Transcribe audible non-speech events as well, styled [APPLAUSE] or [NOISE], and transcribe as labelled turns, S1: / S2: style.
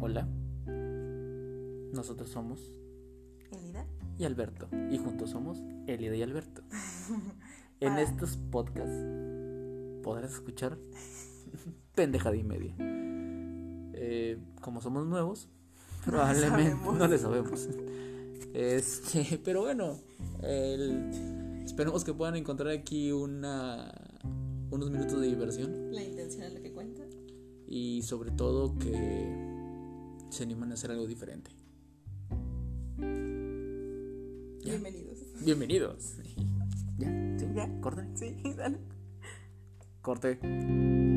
S1: Hola. Nosotros somos
S2: Elida.
S1: y Alberto. Y juntos somos Elida y
S2: [LAUGHS]
S1: Alberto. En
S2: Para.
S1: estos podcasts podrás escuchar pendejada y media. Eh, como somos
S2: [LAUGHS]
S1: nuevos, probablemente
S2: sabemos.
S1: no le sabemos. Este, pero bueno, el- esperemos que puedan encontrar aquí una, unos minutos de diversión.
S2: La intención es lo que cuenta.
S1: y sobre todo que se animan a hacer algo diferente. Ya.
S2: Bienvenidos.
S1: Bienvenidos. ya, sí, [LAUGHS]
S2: Ya.
S1: corte,
S2: Sí, dale.
S1: corte.